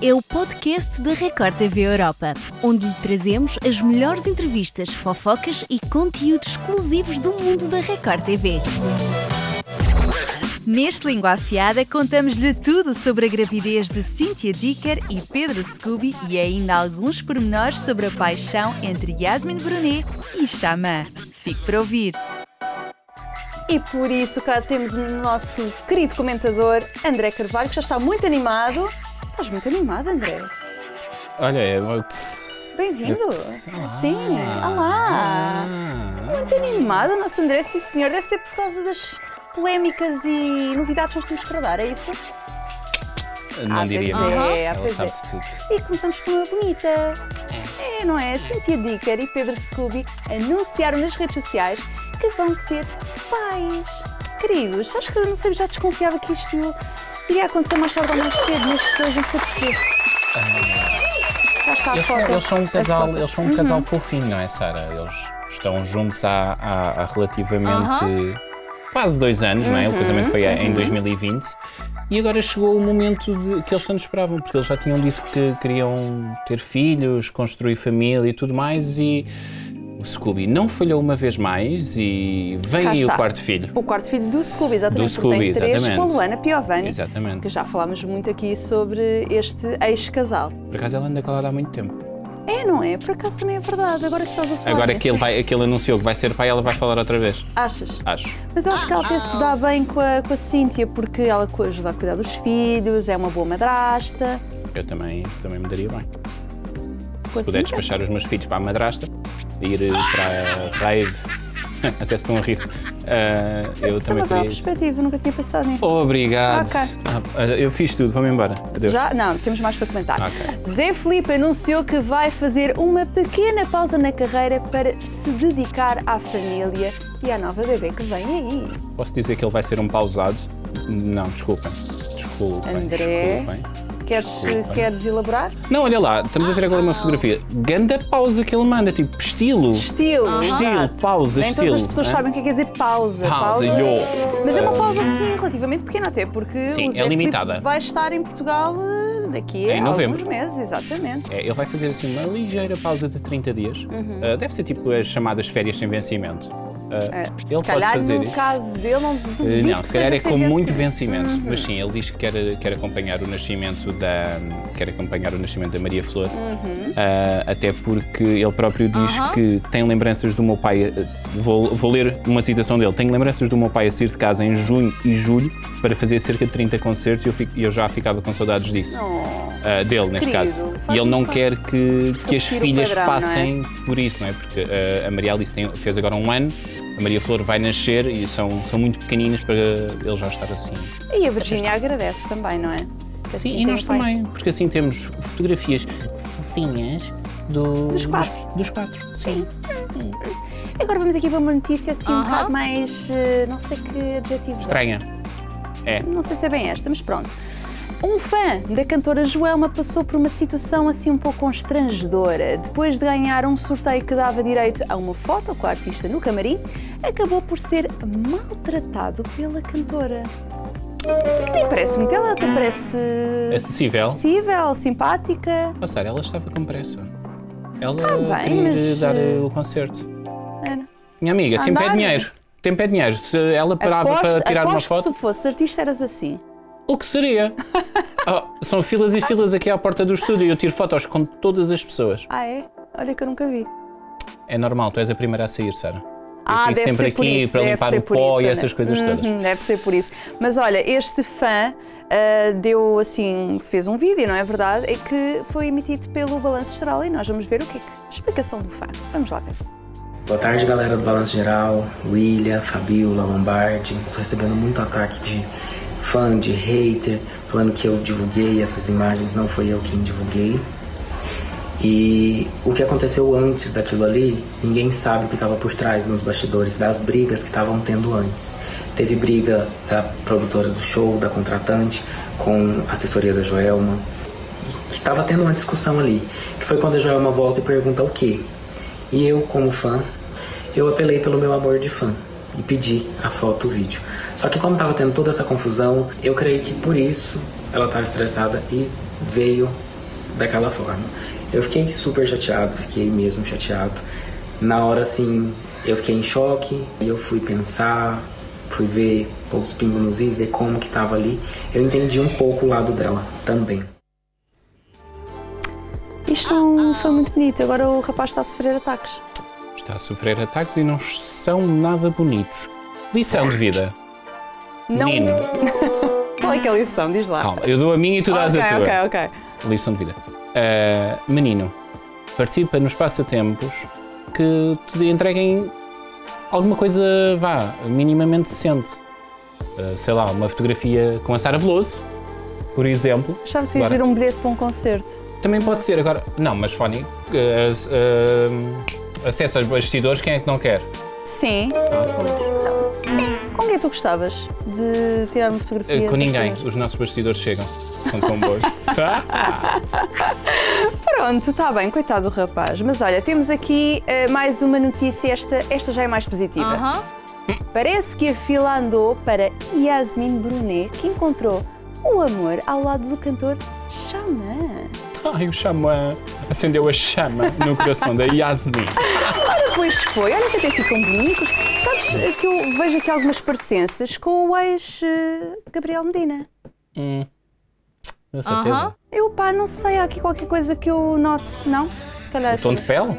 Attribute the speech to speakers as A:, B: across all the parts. A: é o podcast da Record TV Europa, onde lhe trazemos as melhores entrevistas, fofocas e conteúdos exclusivos do mundo da Record TV. Neste Língua Afiada, contamos-lhe tudo sobre a gravidez de Cynthia Dicker e Pedro Scooby e ainda alguns pormenores sobre a paixão entre Yasmin Brunet e Xamã. Fique para ouvir!
B: E por isso cá temos o nosso querido comentador André Carvalho, que já está muito animado. Estás muito animado, André.
C: Olha, é. uma-
B: Bem-vindo. Sim, olá.
C: Ah.
B: Muito animado o nosso André, sim senhor. Deve ser por causa das polémicas e novidades que nós temos para dar, é isso?
C: Não
B: Ah,
C: diria
B: pois
C: mesmo.
B: é,
C: Ela
B: pois é.
C: sabe de tudo.
B: E começamos por uma bonita. É, não é? Cynthia Dicker e Pedro Scooby anunciaram nas redes sociais que vão ser pais. Queridos, sabes que eu não sei, eu já desconfiava que isto iria acontecer mais tarde ou mais cedo, mas estes dois não sei porquê. Já está a foto.
C: Ah. Eles são,
B: Uhum.
C: eles são um
B: A
C: casal,
B: foto.
C: eles são um casal fofinho, não é, Sara? Eles estão juntos há, há- há relativamente quase dois anos, não é? O
B: Uhum.
C: casamento foi em 2020 e agora chegou o momento de- que eles tanto esperavam, porque eles já tinham dito que queriam ter filhos, construir família e tudo mais e o Scooby não falhou uma vez mais e veio
B: Cá
C: aí o
B: está.
C: quarto filho.
B: O quarto filho do Scooby, exatamente.
C: Do
B: porque
C: Scooby,
B: tem três
C: exatamente.
B: com a Luana Piovani, que
C: Exatamente.
B: já falámos muito aqui sobre este ex-casal.
C: Por acaso ela anda calada há muito tempo.
B: É, não é? Por acaso também é verdade. Agora que estás a falar.
C: Agora
B: nisso.
C: que ele, vai, que ele anunciou que vai ser pai, ela vai falar outra vez.
B: Achas?
C: Acho.
B: Mas eu acho que ela até se dá bem com a, com a Cíntia, porque ela co- ajuda a cuidar dos filhos, é uma boa madrasta.
C: Eu também, também me daria bem.
B: Com a
C: Se puder
B: Cíntia?
C: despachar os meus filhos para a madrasta, ir eh, para a rave, até se estão a rir, Ah,
B: Isso
C: eu
B: é
C: também
B: uma boa
C: queria isso. Oh.
B: perspectiva, nunca tinha pensado nisso.
C: Obrigado.
B: Ok.
C: Ah, eu fiz tudo, vamos embora. Adeus.
B: Já? Não, temos mais para comentar.
C: Ok.
B: Zé Felipe anunciou que vai fazer uma pequena pausa na carreira para se dedicar à família e à nova bebê que vem aí.
C: Posso dizer que ele vai ser um pausado? Não, desculpem. Desculpem.
B: André.
C: Desculpem.
B: Queres, queres elaborar?
C: Não, olha lá, estamos a ver agora uma fotografia. Ganda pausa que ele manda, tipo, estilo.
B: Ah. Estilo.
C: Estilo,
B: exato.
C: pausa,
B: Nem todas as
C: estilo,
B: pessoas
C: né?
B: sabem o que é que quer dizer pausa.
C: Pausa, yo.
B: Mas é uma
C: Ah,
B: pausa assim relativamente pequena até, porque o
C: Sim, é
B: Zé Filipe
C: limitada.
B: vai estar em Portugal eh, daqui a
C: Em novembro.
B: alguns meses, exatamente.
C: É, ele vai fazer assim uma ligeira pausa de 30 dias.
B: Uhum.
C: Ah, deve ser tipo as chamadas férias sem vencimento. Ah,
B: Eh,
C: ele
B: se calhar
C: pode fazer
B: no
C: isso.
B: caso dele não duvido
C: Eh, Não,
B: que
C: se calhar é
B: seja
C: com
B: sem
C: muito
B: vencimento. Uhum.
C: vencimento, mas sim, ele diz que quer, quer acompanhar o nascimento da quer acompanhar o nascimento da Maria Flor,
B: Uhum.
C: Ah, até porque ele próprio diz que tem lembranças do meu pai. eh, Vou, vou ler uma citação dele. Tenho lembranças do meu pai a sair de casa em junho e julho para fazer cerca de 30 concertos e eu, fico- eu já ficava com saudades disso.
B: Oh,
C: Ah, dele, neste
B: Querido,
C: caso.
B: faz
C: E ele
B: um
C: não
B: pa-
C: quer que, que as
B: Repetir o
C: filhas
B: padrão, não é?
C: passem por isso, não é? Porque ah, a Maria Alice tem- fez agora um ano, a Maria Flor vai nascer e são, são muito pequeninas para ele já estar assim.
B: E a Virgínia agradece também, não é? Que assim
C: Sim,
B: tem
C: e
B: um
C: nós
B: pai.
C: também, porque assim temos fotografias fofinhas do-
B: Dos quatro.
C: Dos, dos quatro, sim.
B: Agora vamos aqui para uma notícia assim um bocado mais. eh, não sei que adjetivos. dar.
C: Estranha.
B: Não sei se é bem esta, mas pronto. Um fã da cantora Joelma passou por uma situação assim um pouco constrangedora. Depois de ganhar um sorteio que dava direito a uma foto com a artista no camarim, acabou por ser maltratado pela cantora. Nem parece muito ela, até parece.
C: É Acessível.
B: Acessível, simpática.
C: Passar, ela estava com pressa. Ela
B: Ah, bem,
C: queria
B: mas,
C: dar
B: eh,
C: o concerto.
B: Ana,
C: Minha amiga, tempo é
B: andar.
C: dinheiro. Tempo é dinheiro. Se ela parava para
B: aposto-
C: tirar uma
B: aposto que
C: foto.
B: se fosse artista eras assim.
C: O que seria? Oh, são filas e filas aqui à porta do estúdio e eu tiro fotos com todas as pessoas.
B: Ah, é? Olha que eu nunca vi.
C: É normal, tu és a primeira a sair, Sara. Eu
B: Ah,
C: fico
B: deve
C: sempre
B: ser
C: aqui
B: por isso,
C: para
B: deve
C: limpar
B: ser
C: o
B: por
C: pó
B: isso,
C: e
B: Ana.
C: essas coisas todas.
B: Uhum, deve ser por isso. Mas olha, este fã ah, deu assim, fez um vídeo, não é verdade? É que foi emitido pelo Balanço Geral e nós vamos ver o que é que. Explicação do fã. Vamos lá ver.
D: Boa tarde, galera do Balanço Geral, William, Fabiola, Lombardi. Tô recebendo muito ataque de fã, de hater, falando que eu divulguei essas imagens, não foi eu quem divulguei. E o que aconteceu antes daquilo ali, ninguém sabe o que estava por trás nos bastidores das brigas que estavam tendo antes. Teve briga da produtora do show, da contratante, com a assessoria da Joelma, que estava tendo uma discussão ali, que foi quando a Joelma volta e pergunta o quê. E eu, como fã, eu apelei pelo meu amor de fã e pedi a foto, o vídeo. Só que como estava tendo toda essa confusão, eu creio que por isso ela estava estressada e veio daquela forma. Eu fiquei super chateado, fiquei mesmo chateado. Na hora, assim, eu fiquei em choque e eu fui pensar, fui ver os pingos nos i, ver como que tava ali. Eu entendi um pouco o lado dela também.
B: Isto não foi muito bonito. Agora o rapaz está a sofrer ataques.
C: Está a sofrer ataques e não são nada bonitos. Lição de vida.
B: Não.
C: Menino,
B: Qual é que é a lição? Diz lá.
C: calma, eu dou a minha e tu dás
B: ok,
C: a tua.
B: ok, ok.
C: Lição de vida. Ah, menino, participa nos passatempos que te entreguem alguma coisa, vá, minimamente decente. Ah, sei lá, uma fotografia com a Sara Veloso, por exemplo.
B: Achava que tu ias
C: Bora.
B: dizer um bilhete para um concerto.
C: Também pode ser agora. Não, mas Fónico, eh, ac- eh, acesso aos bastidores, quem é que não quer?
B: Sim.
C: Ah,
B: Sim. Com quem tu gostavas de tirar uma fotografia?
C: Eh, com
B: das
C: ninguém.
B: tuas?
C: Os nossos bastidores chegam. São tão bons. Tá?
B: Pronto, está bem, coitado do rapaz. Mas olha, temos aqui eh, mais uma notícia, esta, esta já é mais positiva. Parece que a fila andou para Yasmin Brunet, que encontrou o amor ao lado do cantor Xamã.
C: Ai, o xamã acendeu a chama no coração da Yasmin.
B: Pois foi, olha que até ficam bonitos. Sabes eh, que eu vejo aqui algumas parecenças com o ex eh, Gabriel Medina.
C: Com certeza.
B: Eu pá, não sei, há aqui qualquer coisa que eu noto, não? Se calhar.
C: Tom de pele?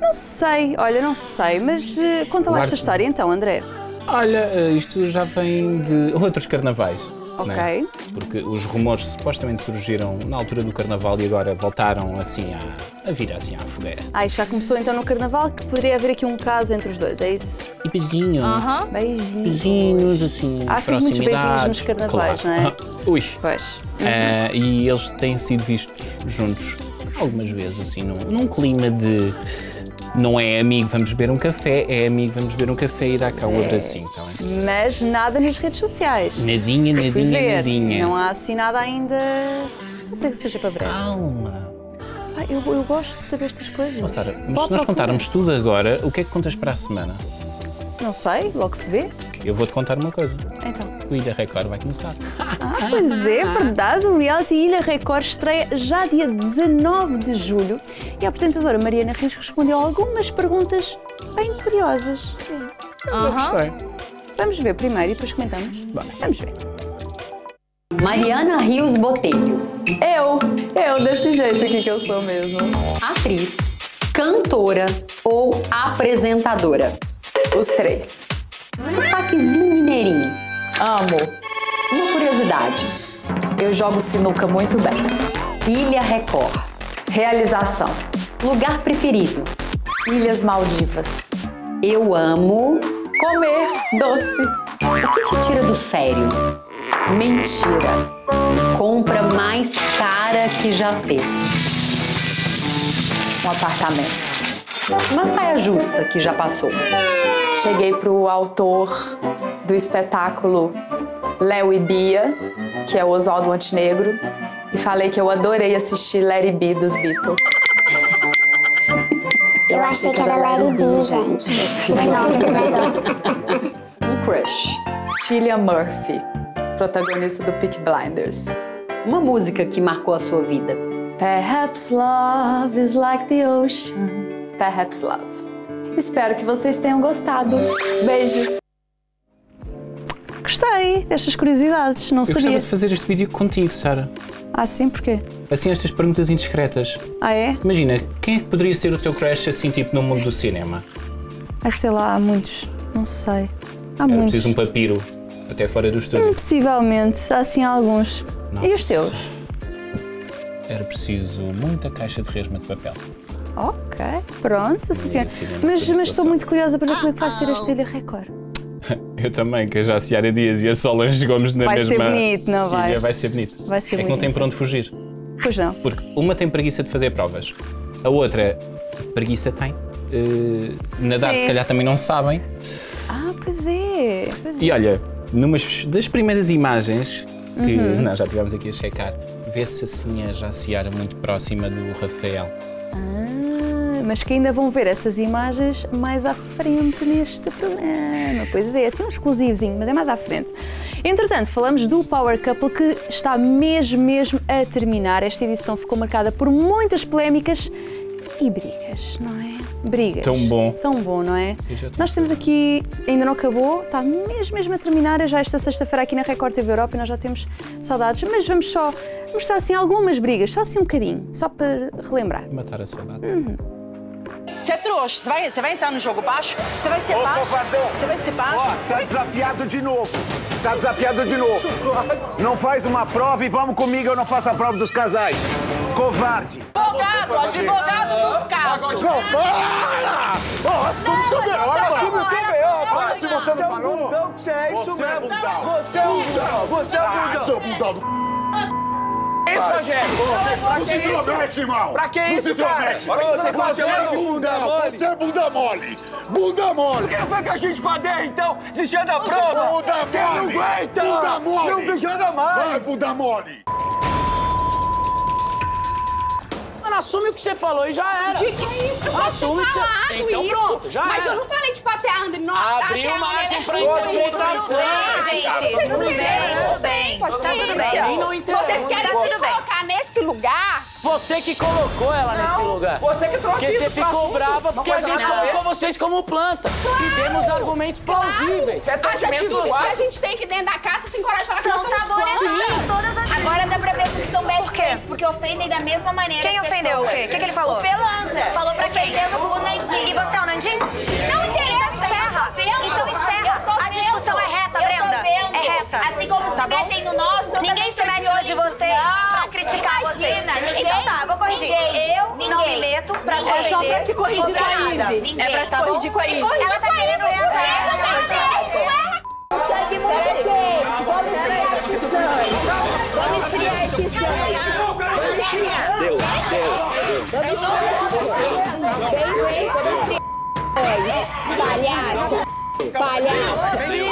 B: Não sei, olha, não sei, mas eh, conta lá
C: Guarda-
B: esta história então, André.
C: Olha, eh, isto já vem de outros carnavais.
B: Ok.
C: né? Porque os rumores supostamente surgiram na altura do carnaval e agora voltaram assim a, a vir assim à fogueira.
B: Ai, já começou então no carnaval que poderia haver aqui um caso entre os dois, é isso?
C: E beijinhos.
B: Beijinhos.
C: Beijinhos, assim.
B: Há sempre muitos
C: proximidades.
B: beijinhos nos carnavais,
C: Claro.
B: não é?
C: Ui.
B: Pois.
C: Ah, e eles têm sido vistos juntos algumas vezes, assim, num, num clima de não é amigo, vamos beber um café, é amigo, vamos beber um café e dar cá um
B: É.
C: abracinho, tá bem?
B: Mas nada nas redes sociais.
C: Nadinha,
B: Fui
C: nadinha,
B: ver.
C: nadinha.
B: Não há assim nada ainda. Não sei que seja para breve.
C: Calma.
B: Ah, eu, eu gosto de saber estas coisas.
C: Ó, Sara,
B: Vou
C: mas
B: à
C: se nós
B: procura.
C: contarmos tudo agora, o que é que contas para a semana?
B: Não sei, logo se vê.
C: Eu vou-te contar uma coisa.
B: Então.
C: O Ilha Record vai começar.
B: Ah, pois é, verdade. O reality Ilha Record estreia já dia 19 de julho e a apresentadora Mariana Reis respondeu a algumas perguntas bem curiosas.
C: Eu
B: Ah,
C: gostei.
B: Vamos ver primeiro e depois comentamos. Vamos ver.
E: Mariana Rios Botelho,
B: Eu, eu, desse jeito aqui que eu sou mesmo.
E: atriz, cantora ou apresentadora? Os três. Sotaquezinho mineirinho. Amo. Uma curiosidade. Eu jogo sinuca muito bem. Ilha Record. Realização. Lugar preferido. Ilhas Maldivas. Eu amo comer doce. O que te tira do sério? Mentira. Compra mais cara que já fez um apartamento. Uma saia justa que já passou.
F: Cheguei pro autor do espetáculo Léo e Bia, que é o Oswaldo Antinegro, e falei que eu adorei assistir Larry B dos Beatles.
G: Eu achei que era Larry B, gente. O nome do negócio.
F: Um crush. Cillian Murphy, protagonista do Peak Blinders.
E: Uma música que marcou a sua vida.
F: Perhaps love is like the ocean. Perhaps love. Espero que vocês tenham gostado. Beijo!
B: Gostei destas curiosidades, não
C: Eu
B: sabia.
C: gostava de fazer este vídeo contigo, Sara.
B: Ah, sim, porquê?
C: Assim, estas perguntas indiscretas.
B: Ah, é?
C: Imagina, quem é que poderia ser o teu crush assim, tipo, no mundo do cinema?
B: Ah, sei lá, há muitos. Não sei. Há
C: Era
B: muitos.
C: preciso um papiro, até fora do estúdio.
B: Possivelmente, há sim alguns. Hum. E os teus?
C: Era preciso muita caixa de resma de papel.
B: Ok, pronto, sim.
C: esse é muito
B: Mas,
C: interessante.
B: mas estou muito curiosa para ver como é que vai ser esta ilha Record.
C: Eu também, que já a Ciara Dias e a Solange Gomes na
B: Vai ser
C: É mesma.
B: bonito, não vai?
C: ilha, Vai ser bonito.
B: Vai ser
C: é que não
B: bonito.
C: tem para onde fugir.
B: Pois não.
C: Porque uma tem preguiça de fazer provas, a outra preguiça tem. Eh, nadar,
B: Sim.
C: se calhar, também não sabem.
B: Ah, pois é. Pois é.
C: E olha, numa das primeiras imagens que
B: Uhum.
C: nós já tivemos aqui a checar, vê-se assim a Jaciara muito próxima do Rafael.
B: Ah, mas que ainda vão ver essas imagens mais à frente neste programa. Pois é, assim um exclusivozinho, mas é mais à frente. Entretanto, falamos do Power Couple que está mesmo, mesmo a terminar. Esta edição ficou marcada por muitas polémicas e brigas, não é? Brigas.
C: Tão bom.
B: Tão bom, não é?
C: Eu já tô-
B: Nós temos aqui, ainda não acabou, está mesmo, mesmo a terminar, é já esta sexta-feira aqui na Record TV Europa e nós já temos saudades, mas vamos só mostrar assim algumas brigas, só assim um bocadinho, só para relembrar.
C: Matar a saudade.
B: Uhum.
H: Você é trouxa. Você vai, você vai entrar no jogo baixo? Você vai ser
D: Ô,
H: baixo?
D: cofadão.
H: Você vai ser baixo?
D: Ó, tá desafiado de novo. Tá desafiado de novo. Não faz uma prova e vamos comigo, eu não faço a prova dos casais. Covarde.
H: Advogado, advogado dos casos.
D: Não, para! Ó, assume seu B.O., pá. Assume o teu B.O., pá. Se você não falou... Bundão que você é isso você mesmo. Você é um bundão. Você é um bundão. Seu bundão do... Isso, Rogério. Não se intromete, irmão. Pra que isso, cara? Não se intromete. um Você
I: tá
D: é bunda mole. Você é bunda mole. Bunda mole.
I: Quem foi que a gente padeia, então? Se chega da
D: Você é um
I: prova!
D: bunda
I: Você não
D: mole.
I: aguenta!
D: Bunda mole.
I: Não me joga mais!
D: Vai, bunda mole.
H: Mano, assume o que você falou e já era.
F: De que isso?
H: Assume
F: Você
H: que
F: falado
H: você- Então
F: isso.
H: pronto, já
F: Mas
H: era.
F: eu não falei de pateando, nossa, até
H: Abriu
F: a
H: margem
F: mulher-
H: pra
F: Tudo
H: interpretação. Tá
F: bem, gente. Vocês não entenderam, tudo bem, paciência.
H: Pra mim não interessa.
F: é
H: Tá
F: Vocês querem
H: Tudo
F: se
H: bem.
F: colocar nesse lugar?
H: Você que colocou ela nesse lugar.
I: Você que trouxe
H: Porque
I: isso
H: você
I: pra
H: ficou
I: assunto.
H: brava porque a
I: coisa
H: gente
I: nada a ver.
H: colocou vocês como planta. E demos argumentos plausíveis.
I: Isso é
F: As
I: sentimento
F: atitudes que a
I: zoado.
F: gente tem que dentro da casa tem coragem de falar que nós somos
E: todas as Agora dá pra ver que são best friends, porque ofendem da mesma maneira
F: Quem
E: as
F: ofendeu
E: pessoas.
F: o quê? O que que ele falou?
E: O Pelanza.
F: Falou pra quem?
E: Ofendendo o Nandinho. E você é o Nandinho? Não interessa. Encerra. Então encerra. A discussão é reta, Brenda. É reta. Assim como se metem no nosso... Ninguém se mete no de vocês pra criticar vocês. Então tá, eu vou corrigir. Eu não me meto pra te
H: É só pra se corrigir com a Ive. É pra
E: tá
H: se corrigir com a Ive.
E: Ela tá querendo eu. Sangue muito quente. Vamos tirar esse sangue. Vamos tirar esse sangue.
I: Deu, deu.
E: Palhaço. Palhaço.
H: é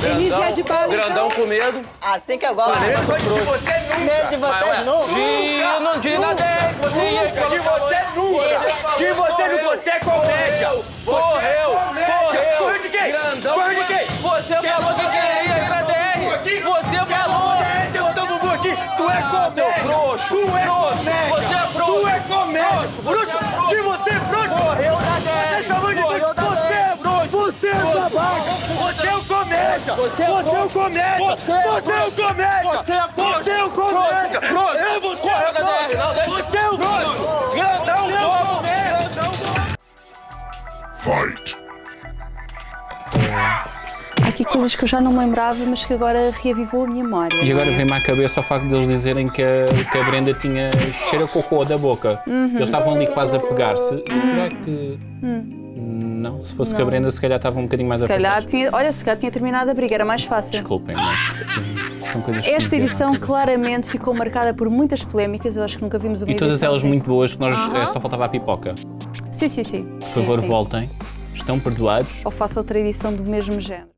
J: Delícia de bala.
I: Grandão com medo.
H: Assim que eu gosto.
I: Eu sou de você nunca.
H: de vocês nunca.
I: Eu não digo nada é que você ia
D: De você nunca. é
I: Que você não consegue comédia. Correu, correu.
D: Correu de quem?
I: Grandão.
D: Correu de quem?
I: Você falou que queria ir na DR. Você falou.
D: Eu tô bubu aqui. Tu é
I: Seu
D: comédia.
I: frouxo.
D: Tu é
I: Frouxo.
D: comédia.
I: Você é frouxo.
D: Tu é comédia.
I: Frouxo. Você
D: Frouxo.
I: é frouxo.
D: De você é frouxo.
I: Correu da
D: Você
I: DR.
D: chamou de
I: Correu da
D: Você,
I: DR.
D: você é babaca. Você é um comédia. Você é um comédia.
I: Você é
D: Você é um
I: frouxo.
D: comédia.
I: Você é frouxo.
D: Você é um comédia.
I: Frouxo.
D: Eu você
I: Correu
D: é
I: da DR. Não,
D: comédia.
I: deixa. é
D: Você é um frouxo. Grandão bobo. Grandão bobo.
B: Há aqui coisas que eu já não me lembrava, mas que agora reavivou a minha memória.
C: E agora vem-me à cabeça o facto deles dizerem que a, que a Brenda tinha cheiro a cocô da boca.
B: Uhum.
C: Eles estavam ali quase a pegar-se. Será que. Não, se fosse que a Brenda, se calhar estava um bocadinho mais
B: Uhum. Se calhar
C: afastados.
B: tinha, olha, se calhar tinha terminado a briga, era mais fácil.
C: Desculpem, mas. São coisas que
B: Esta
C: me vieram à
B: edição
C: cabeça.
B: claramente ficou marcada por muitas polémicas, eu acho que nunca vimos uma
C: E todas
B: edição
C: elas
B: assim.
C: muito boas, que nós. eh, Só faltava a pipoca.
B: Sim, sim, sim.
C: Por favor, voltem. Estão perdoados.
B: Ou faça outra edição do mesmo género.